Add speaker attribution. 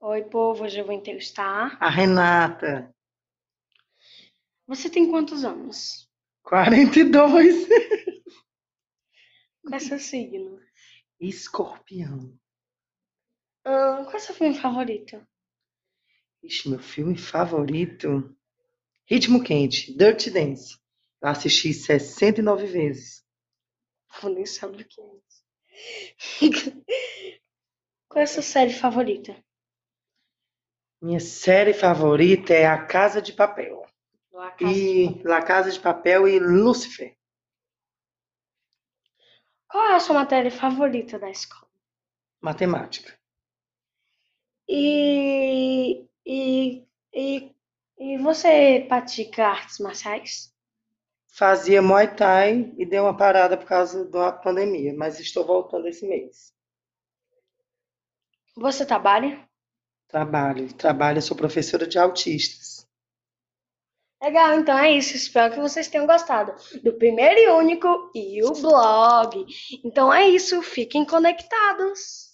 Speaker 1: Oi, povo, hoje eu vou entrevistar.
Speaker 2: A Renata,
Speaker 1: Você tem quantos anos?
Speaker 2: 42,
Speaker 1: Qual é seu signo?
Speaker 2: Escorpião.
Speaker 1: Ahn, qual é seu filme favorito?
Speaker 2: Ixi, meu filme favorito. Ritmo Quente, Dirty Dance. Eu assisti 69 vezes.
Speaker 1: Eu nem sabe o que é isso. Qual é a sua série favorita?
Speaker 2: Minha série favorita é A Casa de Papel.
Speaker 1: La Casa de Papel.
Speaker 2: E La Casa de Papel e Lúcifer.
Speaker 1: Qual é a sua matéria favorita da escola?
Speaker 2: Matemática.
Speaker 1: E, e, e, e você pratica artes marciais?
Speaker 2: Fazia Muay Thai e deu uma parada por causa da pandemia, mas estou voltando esse mês.
Speaker 1: Você trabalha?
Speaker 2: Trabalho, trabalho, eu sou professora de autistas.
Speaker 1: Legal, então é isso. Espero que vocês tenham gostado do primeiro e único e o blog. Então é isso, fiquem conectados.